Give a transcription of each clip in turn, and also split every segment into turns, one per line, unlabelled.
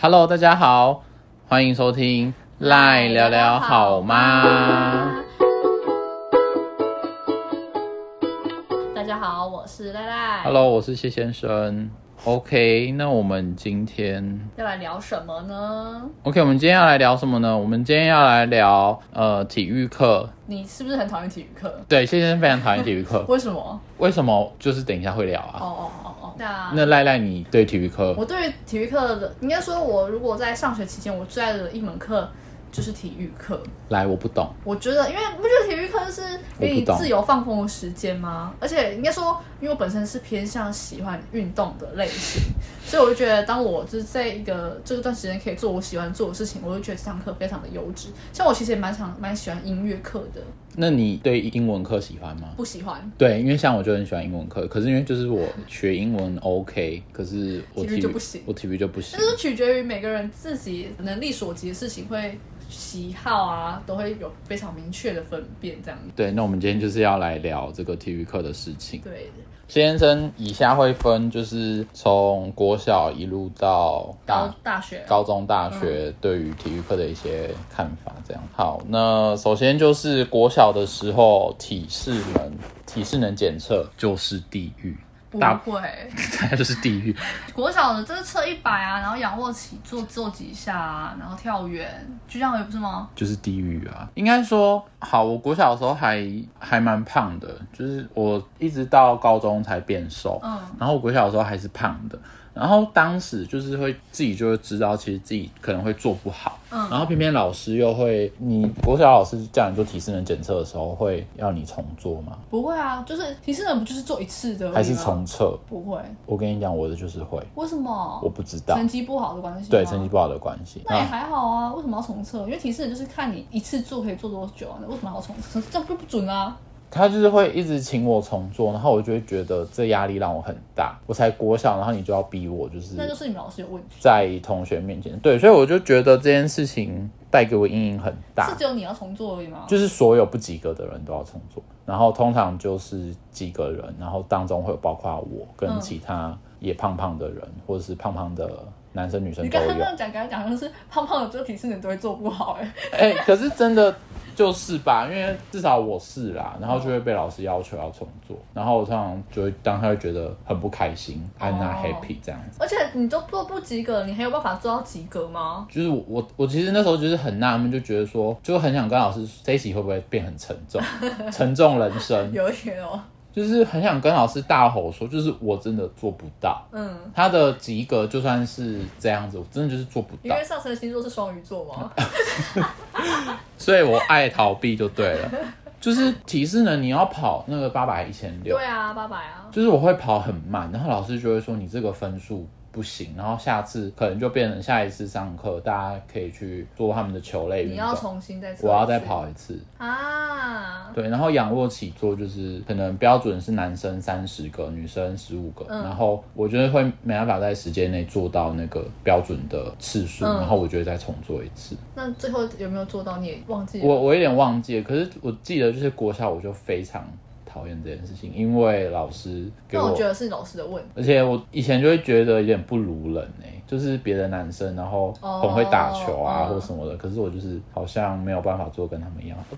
Hello，大家好，欢迎收听赖聊聊好吗？？
大家好，我是赖赖。
？Hello，我是谢先生。OK，那我们今天
要来聊什么呢？
OK，我们今天要来聊什么呢？我们今天要来聊呃体育课。
你是不是很讨厌体育课？，
对，谢先生非常讨厌体育课
为什么？
为什么？就是等一下会聊
哦
啊。
哦哦哦，那
那赖赖，你对体育课
我对于体育课的，应该说，我如果在上学期间，我最爱的一门课就是体育课。
来我不懂，
我觉得，因为不觉得体育课就是给
我
你
不懂
自由放风的时间吗？而且应该说，因为我本身是偏向喜欢运动的类型， 所以我就觉得，当我就是在一个这段时间可以做我喜欢做的事情，我就觉得这堂课非常的优质。像我其实也蛮想蛮喜欢音乐课的，
那你对英文课喜欢吗？
不喜欢
对，因为像我就很喜欢英文课，可是因为就是我学英文 OK，可是我
体育就不行
我体育就不行
这。就是取决于每个人自己能力所及的事情会喜好啊，都会有非常明确的分辨这样子。
对，那我们今天就是要来聊这个体育课的事情。
对，
先生以下会分，就是从国小一路到
高嗯
大
大学
高中、大学对于体育课的一些看法，这样。好，那首先就是国小的时候，体适能，体适能检测就是地狱，
不
大
会。
它就是地狱。
国小的就是测一百啊，然后仰卧起坐做几下啊，然后跳远，就这样而已不是吗？
就是地狱啊。应该说，好，我国小的时候还还蛮胖的，就是我一直到高中才变瘦。
嗯，
然后我国小的时候还是胖的，然后当时就是会自己就会知道，其实自己可能会做不好。
嗯
然后偏偏老师又会，你国小老师叫你做体适能检测的时候，会要你重做吗？
不会啊，就是提示人不就是做一次的而已吗
还是重测？
啊不会？
我跟你讲，我的就是会，
为什
我
么？
不知道
成。绩不好的关系吗
对成绩不好的关系，
那也
啊
还好啊，为什么要重测？因为提示人就是看你一次做可以做多久啊，那为什么要重测？这样就不准啊。
他就是会一直请我重做，然后我就会觉得这压力让我很大。我才国小，然后你就要逼我，就是
那就是你们老师有问题，
在同学面前，对，所以我就觉得这件事情带给我阴影很大
是。只有你要重做而已吗？
就是所有不及格的人都要重做，然后通常就是及格人，然后当中会有包括我跟
嗯
其他也胖胖的人，或者是胖胖的男生女生
你
都
刚刚
有
那。样讲，刚刚讲就是胖胖的做提示人都会做不好哎、
哎、可是真的就是吧，因为至少我是啦，然后就会被老师要求要重做，然后我通常就会当他会觉得很不开心，I'm not
哦
happy 这样子。
而且你都做不及格，你还有办法做到及格吗？
就是我我我其实那时候就是很纳闷，就觉得说，就很想跟老师这一集会不会变很沉 重，沉重人生，
有一点哦，
就是很想跟老师大吼说，就是我真的做不到。
嗯，
他的及格就算是这样子，我真的就是做不
因
到啊
为，上升的星座是双鱼座嘛，
所以我爱逃避就对 了。就是体适能你要跑那个八百一千六
对，啊，八百啊，
就是我会跑很慢，然后老师就会说你这个分数不行，然后下次可能就变成下一次上课大家可以去做他们的球类
你
运
要
动。
重新再测，
我要再跑一次，
啊，
对，然后仰卧起坐就是可能标准是男生三十个，女生十五个，
嗯
然后我觉得会没办法在时间内做到那个标准的次数，
嗯
然后我就会再重做一次。
那最后有没有做到你也忘记了？
我我有点忘记了，可是我记得就是国小我就非常讨厌这件事情，因为老师给
那
我
我觉得是老师的问题，
而且我以前就会觉得有点不如人哎、就是别的男生，然后
哦
很会打球啊、
嗯
或什么的，可是我就是好像没有办法做跟他们一样，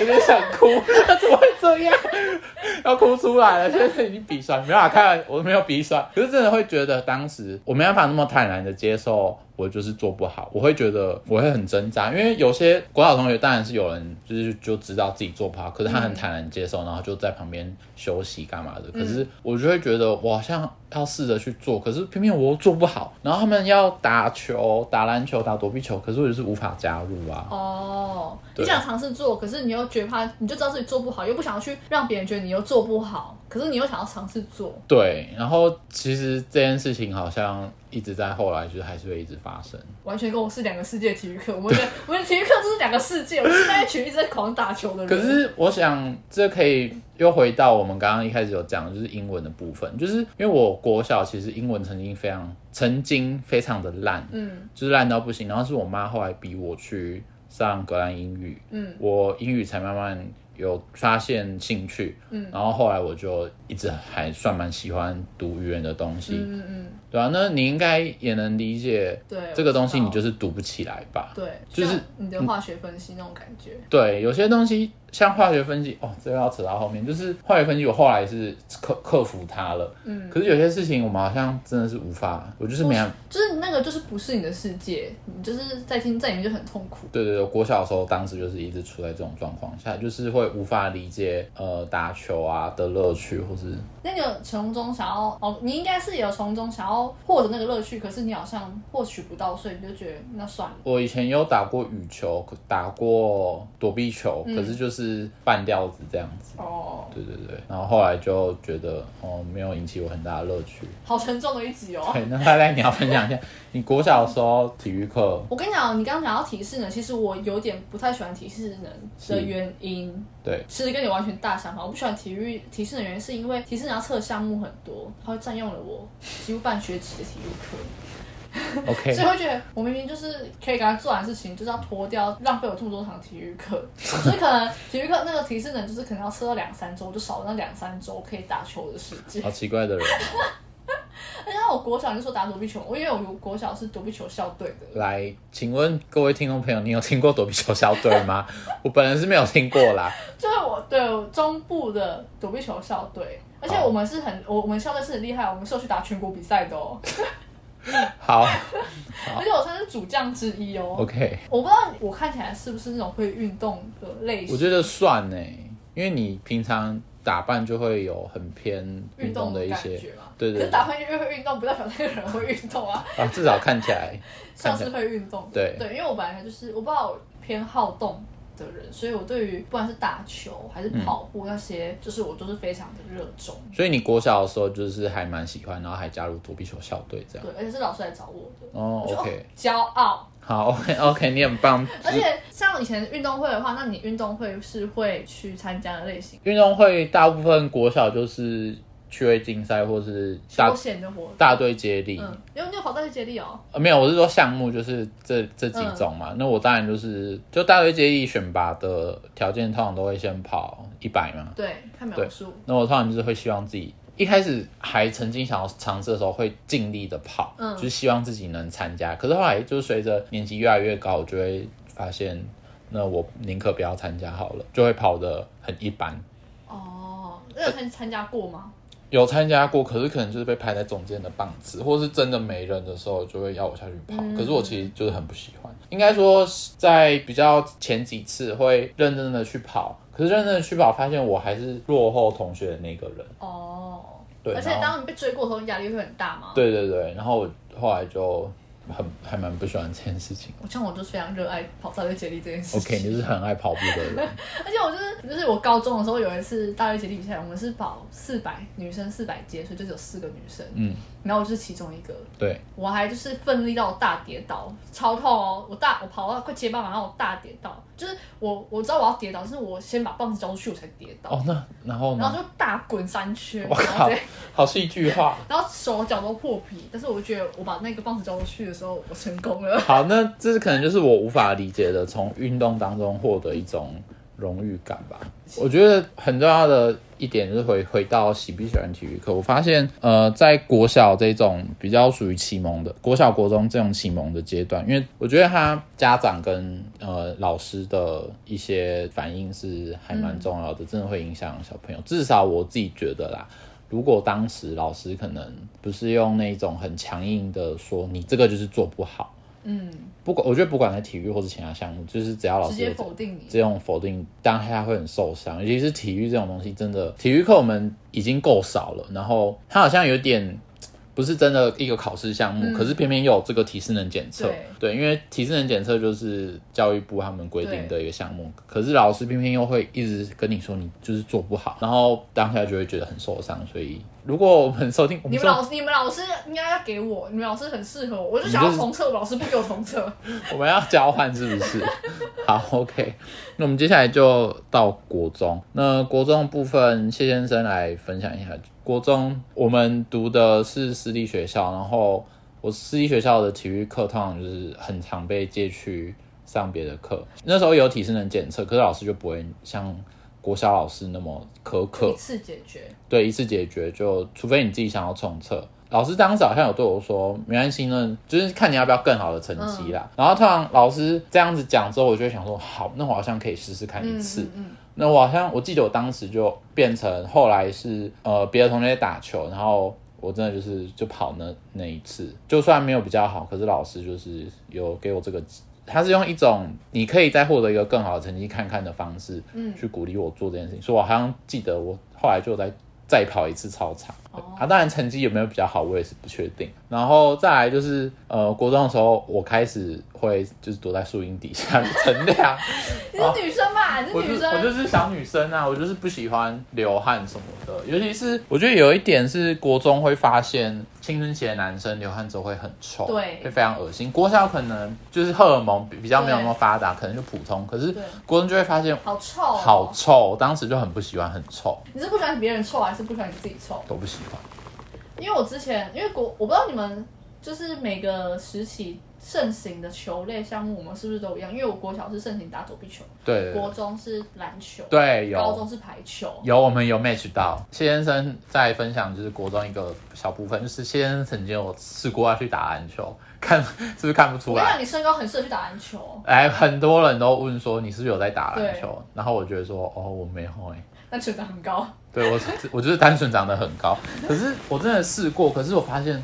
有点想哭， 他怎么会这样？ 要哭出来了，现在已经鼻酸，没办法开玩，我没有鼻酸，可是真的会觉得当时我没办法那么坦然的接受。我就是做不好，我会觉得我会很挣扎，因为有些国小同学当然是有人就是就知道自己做不好，可是他很坦然接受，然后就在旁边休息干嘛的。可是我就会觉得我好像要试着去做，可是偏偏我又做不好。然后他们要打球、打篮球、打躲避球，可是我就是无法加入啊。
哦，
对啊
你想尝试做，可是你又觉得怕，你就知道自己做不好，又不想要去让别人觉得你又做不好，可是你又想要尝试做，
对，然后其实这件事情好像一直在后来就是还是会一直发生。
完全跟我是两个世界体育课，我们 的我们的体育课就是两个世界，我是那一群一直在狂打球的人，
可是我想，这可以又回到我们刚刚一开始有讲，的，就是英文的部分，就是因为我国小其实英文曾经非常曾经非常的烂，
嗯
就是烂到不行。然后是我妈后来逼我去上格兰英语，
嗯
我英语才慢慢有发现兴趣，
嗯
然后后来我就一直还算蛮喜欢读语言的东西，
嗯嗯嗯，
对啊，那你应该也能理解
对，
这个东西，你
我知道
就是读不起来吧？
对，
就是嗯
像你的化学分析那种感觉，
对，有些东西像化学分析，哦，这个要扯到后面，就是化学分析，我后来是克克服它了。
嗯，
可是有些事情我们好像真的是无法，我就是没有，
就是那个就是不是你的世界，你就是在听在里面就很痛苦。
对对对，国小的时候当时就是一直处在这种状况下，就是会无法理解呃打球啊的乐趣，或是
那个从中想要哦，你应该是有从中想要获得那个乐趣，可是你好像获取不到，所以你就觉得那算了。
我以前有打过羽球，可打过躲避球，
嗯
可是就是半吊子这样子。
哦，
对对对，然后后来就觉得哦，没有引起我很大的乐趣。
好沉重的一集哦。
对，那大概你要分享一下， 你国小的时候体育课，
我跟你讲，你刚刚讲到体适能，其实我有点不太喜欢体适能的
是
原因，
对，
其实跟你完全大相反。我不喜欢体育体适能的原因是因为体适能要测项目很多，它会占用了我几乎半学期的体育课。
OK，
所以会觉得我明明就是可以给他做完的事情，就是要脱掉，浪费我这么多堂体育课。 就是可能体育课那个提示能就是可能要测到两三周，我就少了那两三周可以打球的时间。
好奇怪的人哦，
而且我国小就说打躲避球，我因为我国小是躲避球校队的，
来，请问各位听众朋友，你有听过躲避球校队吗？ 我本人是没有听过啦。
就是我对我中部的躲避球校队。而且
哦
我们是很，我我们校队是很厉害，我们是有去打全国比赛的哦，
好
而且我算是主将之一哦。
，OK，
我不知道我看起来是不是那种会运动的类型，
我觉得算呢，欸因为你平常打扮就会有很偏运
运
动
动
的一
感
些
觉嘛。
对对
可是打扮越会运动，不代表那个人会运动啊，
啊，至少看起来，看
像
起
是
来
会运动的。
对
对，因为我本来就是我不知道我偏好动的人，所以我对于不管是打球还是
嗯
跑步那些，就是我都是非常的热衷。
所以你国小的时候就是还蛮喜欢，然后还加入躲避球校队这样。
对，而且是老师来找我的，
哦
我就哦
，OK，
骄傲。
好，OK OK，你很棒。
而且像以前运动会的话，那你运动会是会去参加的类型，
运动会大部分国小就是趣味竞赛或是大
休闲的活动。
大队接力、
嗯，因为你有跑大学接力哦，
呃，没有，我是说项目就是这这几种嘛。那我当然就是就大队接力选拔的条件，通常都会先跑一百嘛。
对，看秒数，
那我通常就是会希望自己一开始还曾经想要尝试的时候，会尽力的跑，
嗯
就是希望自己能参加。可是后来就是随着年纪越来越高，我就会发现，那我宁可不要参加好了，就会跑得很一般。呃
哦，那有参参加过吗？
有参加过，可是可能就是被排在中间的棒子，或是真的没人的时候就会要我下去跑。
嗯
可是我其实就是很不喜欢，应该说在比较前几次会认真的去跑，可是认真的去跑，发现我还是落后同学的那个人。
哦，
对，
而且
然后
当你被追过头，压力会很大嘛。，
对对对，然后我后来就很还蛮不喜欢这件事情。
我像我就是非常热爱跑大队接力这件事情。
OK，你就是很爱跑步的人，
而且我就是就是我高中的时候有一次大队接力比赛，我们是跑四百女生四百接，所以就只有四个女生，
嗯，
然后我就是其中一个，
对，
我还就是奋力到我大跌倒，超痛哦！我大我跑到快接棒了，然后我大跌倒，就是我我知道我要跌倒，但是我先把棒子交出去，我才跌倒，
哦，那然后
然
呢
后？就大滚三圈，
我
然后
靠
直接，
好戏剧化。
然后手脚都破皮，但是我觉得我把那个棒子交出去的时候，我成功了。
好，那这是可能就是我无法理解的，从运动当中获得一种荣誉感吧。我觉得很重要的一点就是回回到喜不喜欢体育课，我发现呃，在国小这种比较属于启蒙的国小国中这种启蒙的阶段，因为我觉得他家长跟呃老师的一些反应是还蛮重要的，真的会影响小朋友。至少我自己觉得啦，如果当时老师可能不是用那种很强硬的说你这个就是做不好，
嗯，
不管我觉得不管在体育或是其他项目，就是只要老
直
师有
接
这
否定你。
这种否定，当下会很受伤。尤其是体育这种东西，真的体育课我们已经够少了，然后它好像有点。不是真的一个考试项目，
嗯
可是偏偏又有这个体适能检测，
对
对，因为体适能检测就是教育部他们规定的一个项目，可是老师偏偏又会一直跟你说你就是做不好，然后当下就会觉得很受伤。所以如果我们收听，我
你
们
们
收
老师，你们老师应该要给我，你们老师很适合我，我就想
你
要
就是
重测，我老师不给我 重测。
我们要交换是不是？ 好，OK。那我们接下来就到国中。那国中部分，谢先生来分享一下。国中我们读的是私立学校，然后我私立学校的体育课通常就是很常被借去上别的课。那时候有体适能检测，可是老师就不会像。国小老师那么苛刻
一，次解决，
对，一次解决就，除非你自己想要重测。老师当时好像有对我说，没关系呢，就是看你要不要更好的成绩
嗯
啦。然后突然老师这样子讲之后，我就会想说，好，那我好像可以试试看啊一
嗯
次。
嗯嗯，
那我好像我记得我当时就变成后来是呃别的同学打球，然后我真的就是就跑那那一次，就算没有比较好，可是老师就是有给我这个，他是用一种你可以再获得一个更好的成绩看看的方式，
嗯
去鼓励我做这件事情，所以我好像记得我后来就在。再跑一次操场
哦
啊，当然成绩有没有比较好，我也是不确定。然后再来就是，呃，国中的时候，我开始会就是躲在树荫底下 乘凉，
嗯你是女生吧？ 你
我
是
就
女
啊我
生，
就是小女生啊，我就是不喜欢流汗什么的，尤其是我觉得有一点是国中会发现青春期的男生流汗之后会很臭，
对
会非常恶心。国小可能就是荷尔蒙比比较没有那么发达，可能就普通，可是
对
国中就会发现
好臭、哦，
好臭，当时就很不喜欢，很臭，
你是不喜欢别人臭还是不喜欢你自己臭？
都不喜欢。
因为我之前，因为国，我不知道你们就是每个时期盛行的球类项目，我们是不是都一样？因为我国小是盛行打躲避球，
对
国中是篮球，
对，
高中
有
是排球。
有我们有 match 到谢先生在分享，就是国中一个小部分，就是谢先生曾经有试过要去打篮球，看是不是看不
我
出
跟
来
你？讲，你身高很适合去打篮球，
哎，很多人都问说你是不是有在打篮球？然后我觉得说，哦，我没有哎、
但球长很高。
对我，我就是单纯长得很高。可是我真的试过，可是我发现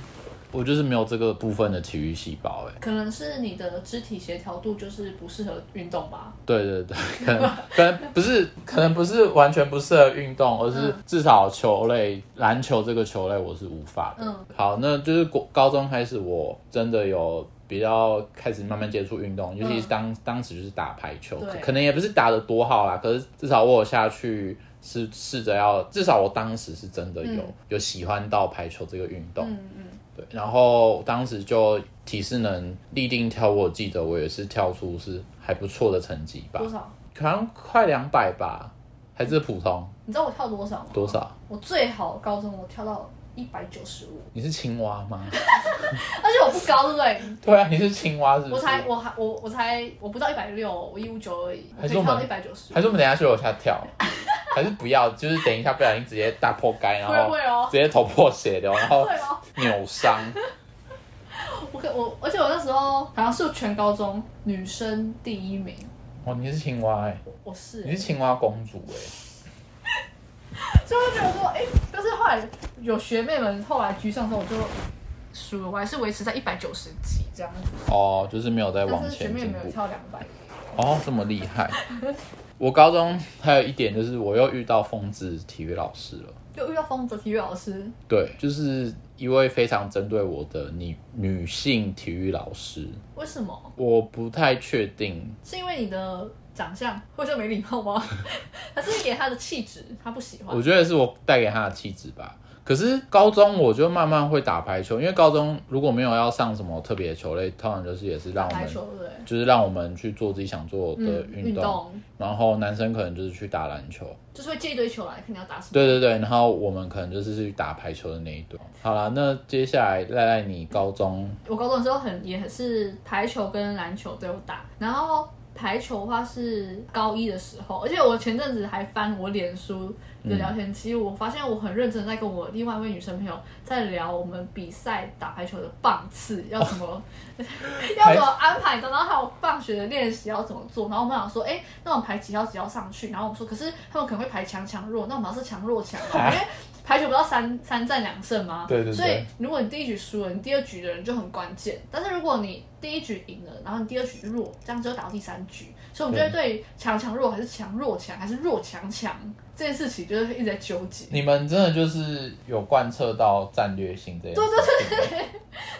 我就是没有这个部分的体育细胞哎、
可能是你的肢体协调度就是不适合运动吧。
对对对，可能 可能不是，可能不是完全不适合运动，而
嗯
是至少球类篮球这个球类我是无法的。
嗯
好，那就是国高中开始，我真的有。比较开始慢慢接触运动，尤其是当、当时就是打排球，
嗯对
可可能也不是打的多好啦，可是至少我有下去试试着要，至少我当时是真的有、
嗯
有喜欢到排球这个运动，
嗯嗯，
对，然后当时就体适能立定跳，我记得我也是跳出是还不错的成绩吧
多，少？
可能快两百吧，还是普通
你知道我跳多少吗？
多？少？
我最好高中我跳到一百九十五，
你是青蛙吗？
而且我不高，对不对？
对啊，你是青蛙是不是？
我才我还我我才我不到一百六，我一五九而已，
还
我可以
是我
跳
们
到一百九十
还是我们等一下去楼下 跳？还是不要？就是等一下不小心直接大破该，然
会
后
会哦
直，接头破血流，然后
会哦。
扭伤。
我可我而且我那时候好像是全高中女生第一名，
哦，你是青蛙哎、
我是
你是青蛙公主哎、
就会觉得说，哎、但是后来有学妹们后来居上之后，我就输了，我还是维持在一百九十几这样子，
哦，就是没有再往
但是学
前
妹
进
没有
步。
跳两百。
哦，这么厉害！我高中还有一点就是，我又遇到疯子体育老师了。
又遇到疯子体育老师，
对，就是一位非常针对我的女女性体育老师，
为什么？
我不太确定。
是因为你的长相或者没礼貌 吗？还是给他的气质他不喜欢
我？觉得是我带给她的气质吧。可是高中我就慢慢会打排球，因为高中如果没有要上什么特别的球类，通常就是也是让我
排
们
球对不对？
就是让我们去做自己想做的
嗯，
运
运
动，
动
然后男生可能就是去打篮球，
就是会借一堆球来，看你要打什么。
对对对，然后我们可能就是去打排球的那一段。好了，那接下来赖赖你高中
我高中的时候很也是排球跟篮球都有打，然后排球的话是高一的时候，而且我前阵子还翻我脸书的聊天记录，我发现我很认真地在跟我另外一位女生朋友在聊我们比赛打排球的棒次要怎么、 要怎么安排的，然后还有放学的练习要怎么做，然后我们想说，哎、那我们排几要几要上去，然后我们说，可是他们可能会排强强弱，那我们要是强弱强嘛，因为排球不要三三战两胜吗？
对对对
所以如果你第一局输了，你第二局的人就很关键。但是如果你第一局赢了，然后你第二局弱，这样就打到第三局。所以我们就会对强强弱还是强弱强还是弱强强这件事情，就是一直在纠结。
你们真的就是有贯彻到战略性这件事情。对对对，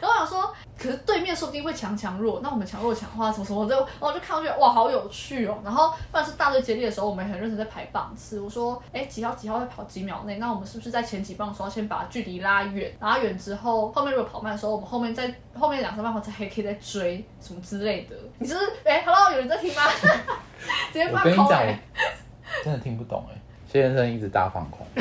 然后我想说，可是对面说不定会强强弱，那我们强弱强化什么什么，我就我就看上去哇，好有趣哦。然后不然是大队接力的时候，我们也很认真在排棒次。我说，哎，几号几号会跑几秒内？那我们是不是在前几棒的时候先把距离拉远？拉远之后，后面如果跑慢的时候，我们后面再后面两三棒后才还可以再追什么之类的。你就是哎，Hello，有人在听吗？ 直接
我
放
跟你
空
讲，
哎、
我真的听不懂哎、谢先生一直大放空，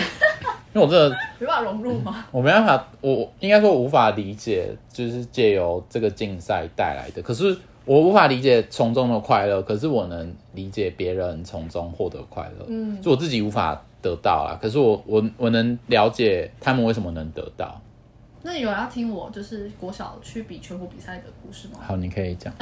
因为我真的
没办法融入吗？
我没办法，我我应该说我无法理解，就是借由这个竞赛带来的。可是我无法理解从中的快乐，可是我能理解别人从中获得快乐。
嗯
就我自己无法得到啦，可是我我我能了解他们为什么能得到。
那有人要听我就是国小去比全国比赛的故事吗？
好，你可以 讲，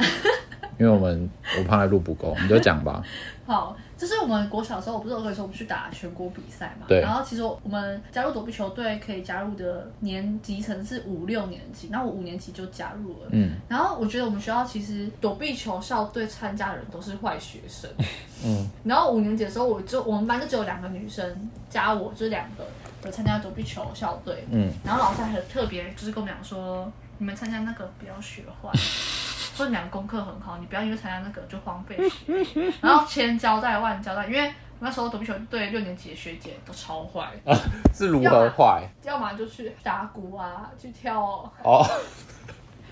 因为我们我怕录不够，你就讲吧。
好，就是我们国小的时候，我不是有跟你说我们去打全国比赛嘛？
对
然后其实我们加入躲避球队可以加入的年级层是五六年级，那我五年级就加入了。
嗯
然后我觉得我们学校其实躲避球校队参加的人都是坏学生。
嗯，
然后五年级的时候，我就我们班就只有两个女生加我，就是两个有参加躲避球校队。
嗯，
然后老师还很特别，就是跟我们讲说，你们参加那个不要学 坏，说你们两个功课很好，你不要因为参加那个就荒废学业。然后千交代万交代，因为那时候躲避球队六年级的学姐都超坏，
啊是如何坏
要么就去打鼓啊，去跳
哦？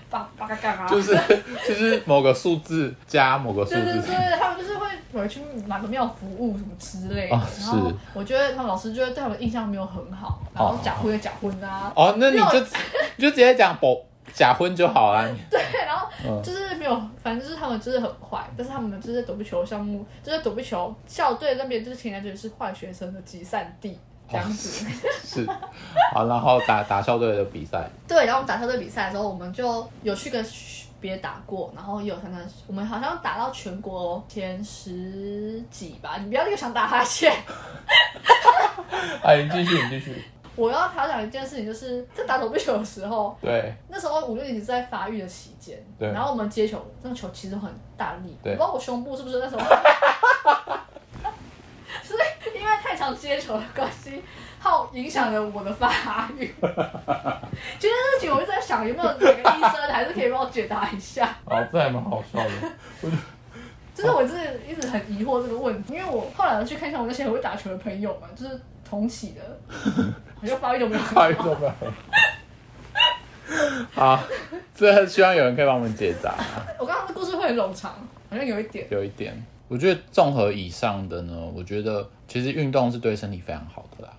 八八嘎嘎啊，
就是就是某个数字加某个数
对对
字，
对，他们就是会有人去哪个庙服务什么之类的，
哦
然后
是
我觉得他们老师就会对他们印象没有很好，然后假婚也假婚啊，
哦，那你就你就直接讲保假婚就好啦。
对，然后
嗯
就是没有，反正就是他们就是很坏，但是他们就是躲避球项目，就是躲避球校队那边就是前两就是坏学生的集散地这样子。
是，好，然后打打校队的比赛，
对，然后我们打校队比赛的时候，我们就有去跟别打过，然后也有参加，我们好像打到全国前十几吧。你不要又想打哈欠。
哎，你继续，你继续，
我要他讲一件事情，就是在打躲避球的时候，
对，
那时候五六年级是在发育的期间，
对
然后我们接球，那个球其实很大力，我
对
不知道我胸部是不是那时候， 是因为太常接球的关系，好影响了我的发 育。其实这个球我一直在想，有没有哪个医生还是可以帮我解答一下？
哦，这还蛮好笑的，
就是我真的一直很疑惑这个问题，因为我后来去看一下我那些很会打球的朋友们，就是同起 的，好像发育都没有很好
发育都没有。好，这希望有人可以帮我们解答，
我刚刚的故事会很冗长，好像有一点。
有一点。我觉得综合以上的呢，我觉得其实运动是对身体非常好的啦。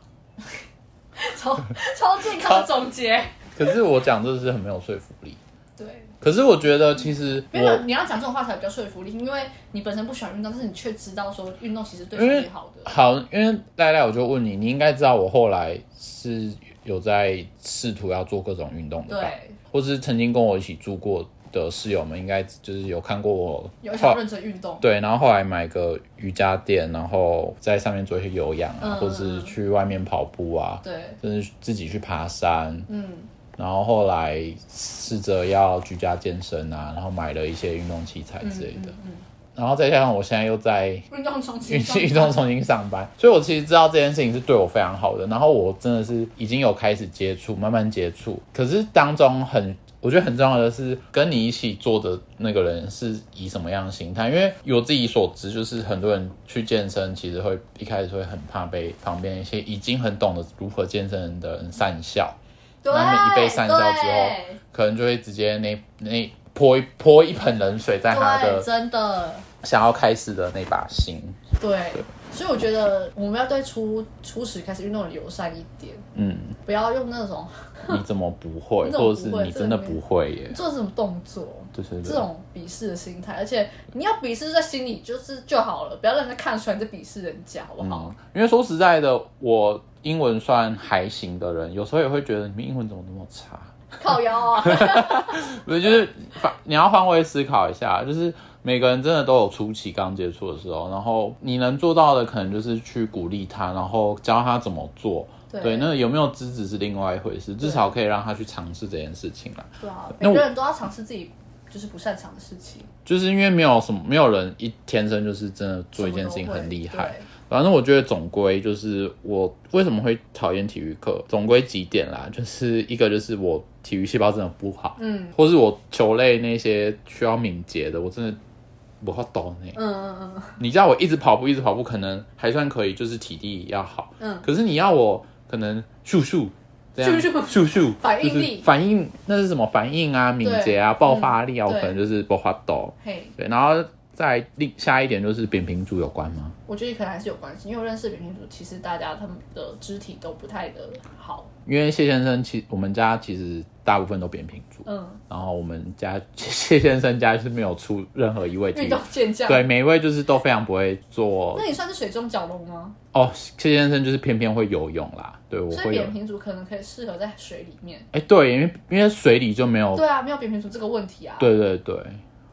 超超健康的总结。
可是我讲这是很没有说服力。
对，
可是我觉得其实
没有
我
你要讲这种话才比较说服力，因为你本身不喜欢运动，但是你却知道说运动其实对
因为
身体好的。
好，因为赖赖我就问你，你应该知道我后来是有在试图要做各种运动的吧？
对，
或是曾经跟我一起住过的室友们，应该就是有看过我
有一
后
种认真运动。
对，然后后来买个瑜伽垫，然后在上面做一些有氧啊，
嗯
或是去外面跑步啊，
对，
甚至自己去爬山。
嗯，
然后后来试着要居家健身啊，然后买了一些运动器材
嗯
之类的。
嗯嗯
然后再加上我现在又在
嗯运动重新
运运动重新上班，所以我其实知道这件事情是对我非常好的。然后我真的是已经有开始接触，慢慢接触。可是当中很，我觉得很重要的是，跟你一起做的那个人是以什么样的心态？因为我自己所知，就是很多人去健身，其实会一开始会很怕被旁边一些已经很懂得如何健身的人讪笑，
对，
然后你一被散掉之后
对
可能就会直接那那泼一泼一盆冷水在他
对，
的
真的
想要开始的那把心。
对。所以我觉得我们要对初初始开始运动的友善一点，
嗯，
不要用那种
你怎么不会，
你怎么
或者是
不会
你
这
真的
个没
不会耶？
做这种动作。
就是
这种鄙视的心态，而且你要鄙视在心里就是就好了，不要让人家看出来你在鄙视人家，好不好？
嗯，因为说实在的，我英文算还行的人，有时候也会觉得你们英文怎么那么差？
靠腰啊，
不是，就是反你要换位思考一下，就是每个人真的都有初期刚接触的时候，然后你能做到的可能就是去鼓励他，然后教他怎么做。
对
对，那有没有资质是另外一回事，至少可以让他去尝试这件事情啦。
对啊，
那
每
我
个人都要尝试自己就是不擅长的事情，
就是因为没有什么，没有人一天生就是真的做一件事情很厉害，反正我觉得总归就是我为什么会讨厌体育课，总归几点啦， 就是一个就是我体育细胞真的不好，
什么都会。对，嗯
或是我球类那些需要敏捷的，我真的不好懂呢。
嗯嗯嗯
你叫我一直跑步，一直跑步，可能还算可以，就是体力要好。
嗯，
可是你要我可能咻咻这样
咻咻
咻咻
反应
就
力嗯
是反应那是什么反应啊，敏捷啊，爆发力啊，我可能就是不好懂。
嘿，
对，然后再另下一点就是扁平足有关吗？
我觉得可能还是有关系，因为我认识扁平足，其实大家他们的肢体都不太的好，
因为谢先生其我们家其实大部分都扁平足。
嗯，
然后我们家谢 先生家是没有出任何一位体
运
育
动健将。
对，每一位就是都非常不会做
那你算是水中蛟龙吗？
哦。谢先生就是偏偏会游泳啦，对我
所以
会有
扁。平足可能可以适合在水里面。
哎、对，因为因为水里就没有。
对啊，没有扁平足这个问题啊。
对对对，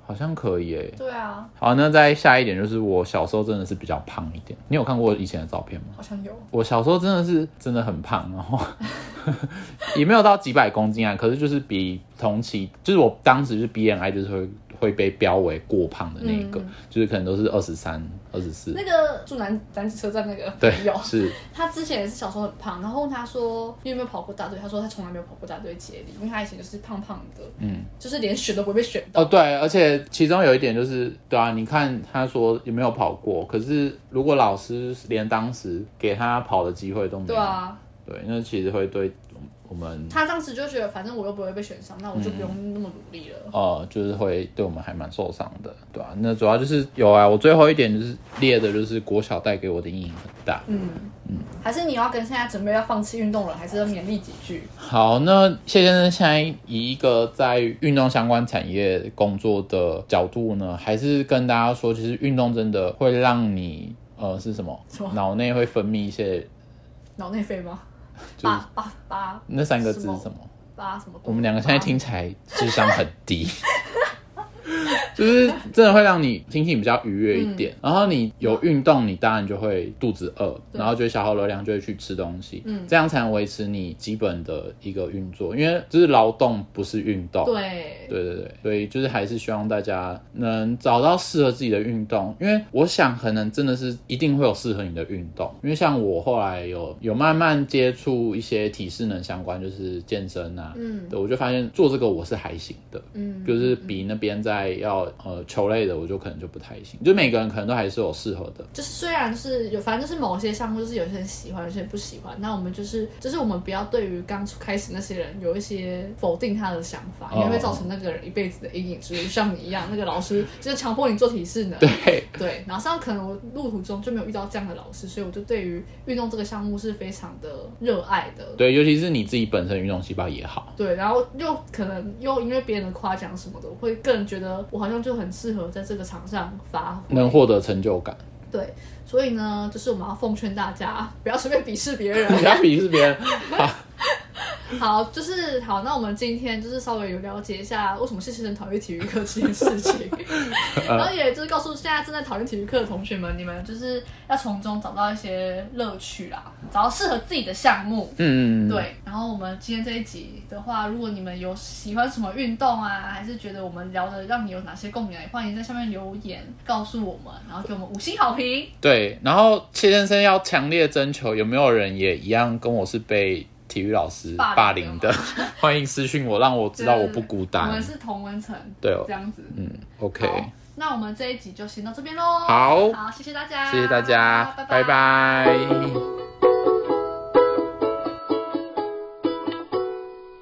好像可以诶。
对啊，
好，那再下一点就是我小时候真的是比较胖一点。你有看过我以前的照片吗？
好像有。
我小时候真的是真的很胖，然后 也没有到几百公斤啊，可是就是比同期，就是我当时就是 BMI 就是会会被标为过胖的那一个，
嗯
就是可能都是二十三、二十 四
那，个住南男子车站那个
对
有，，
是
他之前也是小时候很胖，然后问他说你有没有跑过大队，他说他从来没有跑过大队接力，因为他以前就是胖胖的，
嗯，
就是连选都不会被选到。
哦，对，而且其中有一点就是，对啊，你看他说有没有跑过，可是如果老师连当时给他跑的机会都没有，
对啊，
对那其实会对我们
他当时就觉得反正我又不会被选上，那我就不用那么努力了。
呃，就是会对我们还蛮受伤的，对啊，那主要就是有啊，我最后一点就是列的就是国小带给我的阴影很大。
嗯还是你要跟现在准备要放弃运动了，还是要勉励几句？
好，那谢先生现在以一个在运动相关产业工作的角度呢，还是跟大家说，其实运动真的会让你呃是什么
什么？
脑内会分泌一些，
脑内啡吗？
就是
八八八
那三个字是
什么
什么？
八什么？
我们两个现在听起来智商很低， 就是真的会让你心情比较愉悦一点。然后你有运动，你当然就会肚子饿，
嗯对
然后就会消耗热量，就会去吃东西。
嗯
这样才能维持你基本的一个运作，因为就是劳动不是运动。
对
对对对，所以就是还是希望大家能找到适合自己的运动，因为我想可能真的是一定会有适合你的运动，因为像我后来有有慢慢接触一些体适能相关，就是健身啊，
嗯
对，我就发现做这个我是还行的，
嗯，
就是比那边在要呃球类的，我就可能就不太行，就每个人可能都还是有适合的，
就是虽然是有，反正就是某些项目，就是有些人喜欢，有些人不喜欢。那我们就是，就是我们不要对于刚出开始那些人有一些否定他的想法，因为会造成那个人一辈子的阴影。就是像你一样，那个老师就是强迫你做体适能。
对。
对，然后像可能我路途中就没有遇到这样的老师，所以我就对于运动这个项目是非常的热爱的。
对，尤其是你自己本身运动细胞也好，
对，然后又可能又因为别人的夸奖什么的，我会更觉得我好像就很适合在这个场上发挥。
能获得成就感。
对，所以呢，就是我们要奉劝大家不要随便鄙视别
你
人。
要鄙视别人，
好，就是好，那我们今天就是稍微有了解一下为什么谢先生讨厌体育课这件事情，然后也就是告诉现在正在讨厌体育课的同学们，你们就是要从中找到一些乐趣啦，找到适合自己的项目。
嗯，
对，然后我们今天这一集的话，如果你们有喜欢什么运动啊，还是觉得我们聊的让你有哪些共鸣啊，也欢迎在下面留言告诉我们，然后给我们五星好评。
对，然后谢先生要强烈征求有没有人也一样跟我是被体育老师
霸
霸
凌
凌的， 欢迎私讯我，让我知道我不孤
我们
单。
是同文层，
对哦
这样子。
嗯，OK，
好，那我们这一集就先到这边喽。
好
好，谢谢大家，
谢谢大家，
拜
拜拜